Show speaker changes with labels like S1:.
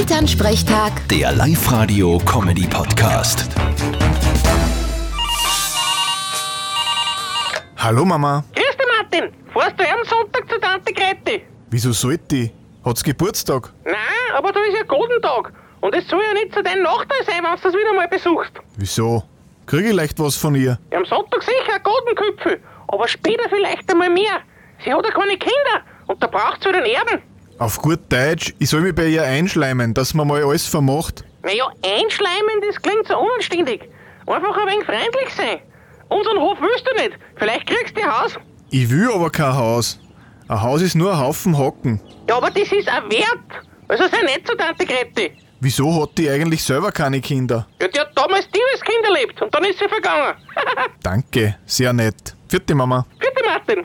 S1: Elternsprechtag,
S2: Der Live-Radio-Comedy-Podcast.
S3: Hallo Mama,
S4: Grüß dich, Martin. Fährst du am Sonntag zu Tante Grete?
S3: wieso sollte die? Hat's Geburtstag?
S4: Nein, aber da ist ja Godentag. Und es soll ja nicht zu deinem Nachteil sein, wenn du das wieder mal besuchst.
S3: Wieso? Krieg ich leicht was von ihr?
S4: Am Sonntag sicher ein Godenköpfe, aber später vielleicht einmal mehr. Sie hat ja keine Kinder und da braucht sie den Erben.
S3: Auf gut Deutsch, ich soll mich bei ihr einschleimen, dass man mal alles vermacht.
S4: Naja, einschleimen, das klingt so unanständig. Einfach ein wenig freundlich sein. Unseren Hof willst du nicht. Vielleicht kriegst du ein Haus.
S3: Ich will aber kein Haus. Ein Haus ist nur ein Haufen Hocken.
S4: Ja, aber das ist ein Wert. Also sei nicht zu Tante Grete.
S3: Wieso hat die eigentlich selber keine Kinder?
S4: Ja, die hat damals tiefes Kind erlebt und dann ist sie vergangen.
S3: Danke, sehr nett. Vierte Mama.
S4: Bitte, Martin.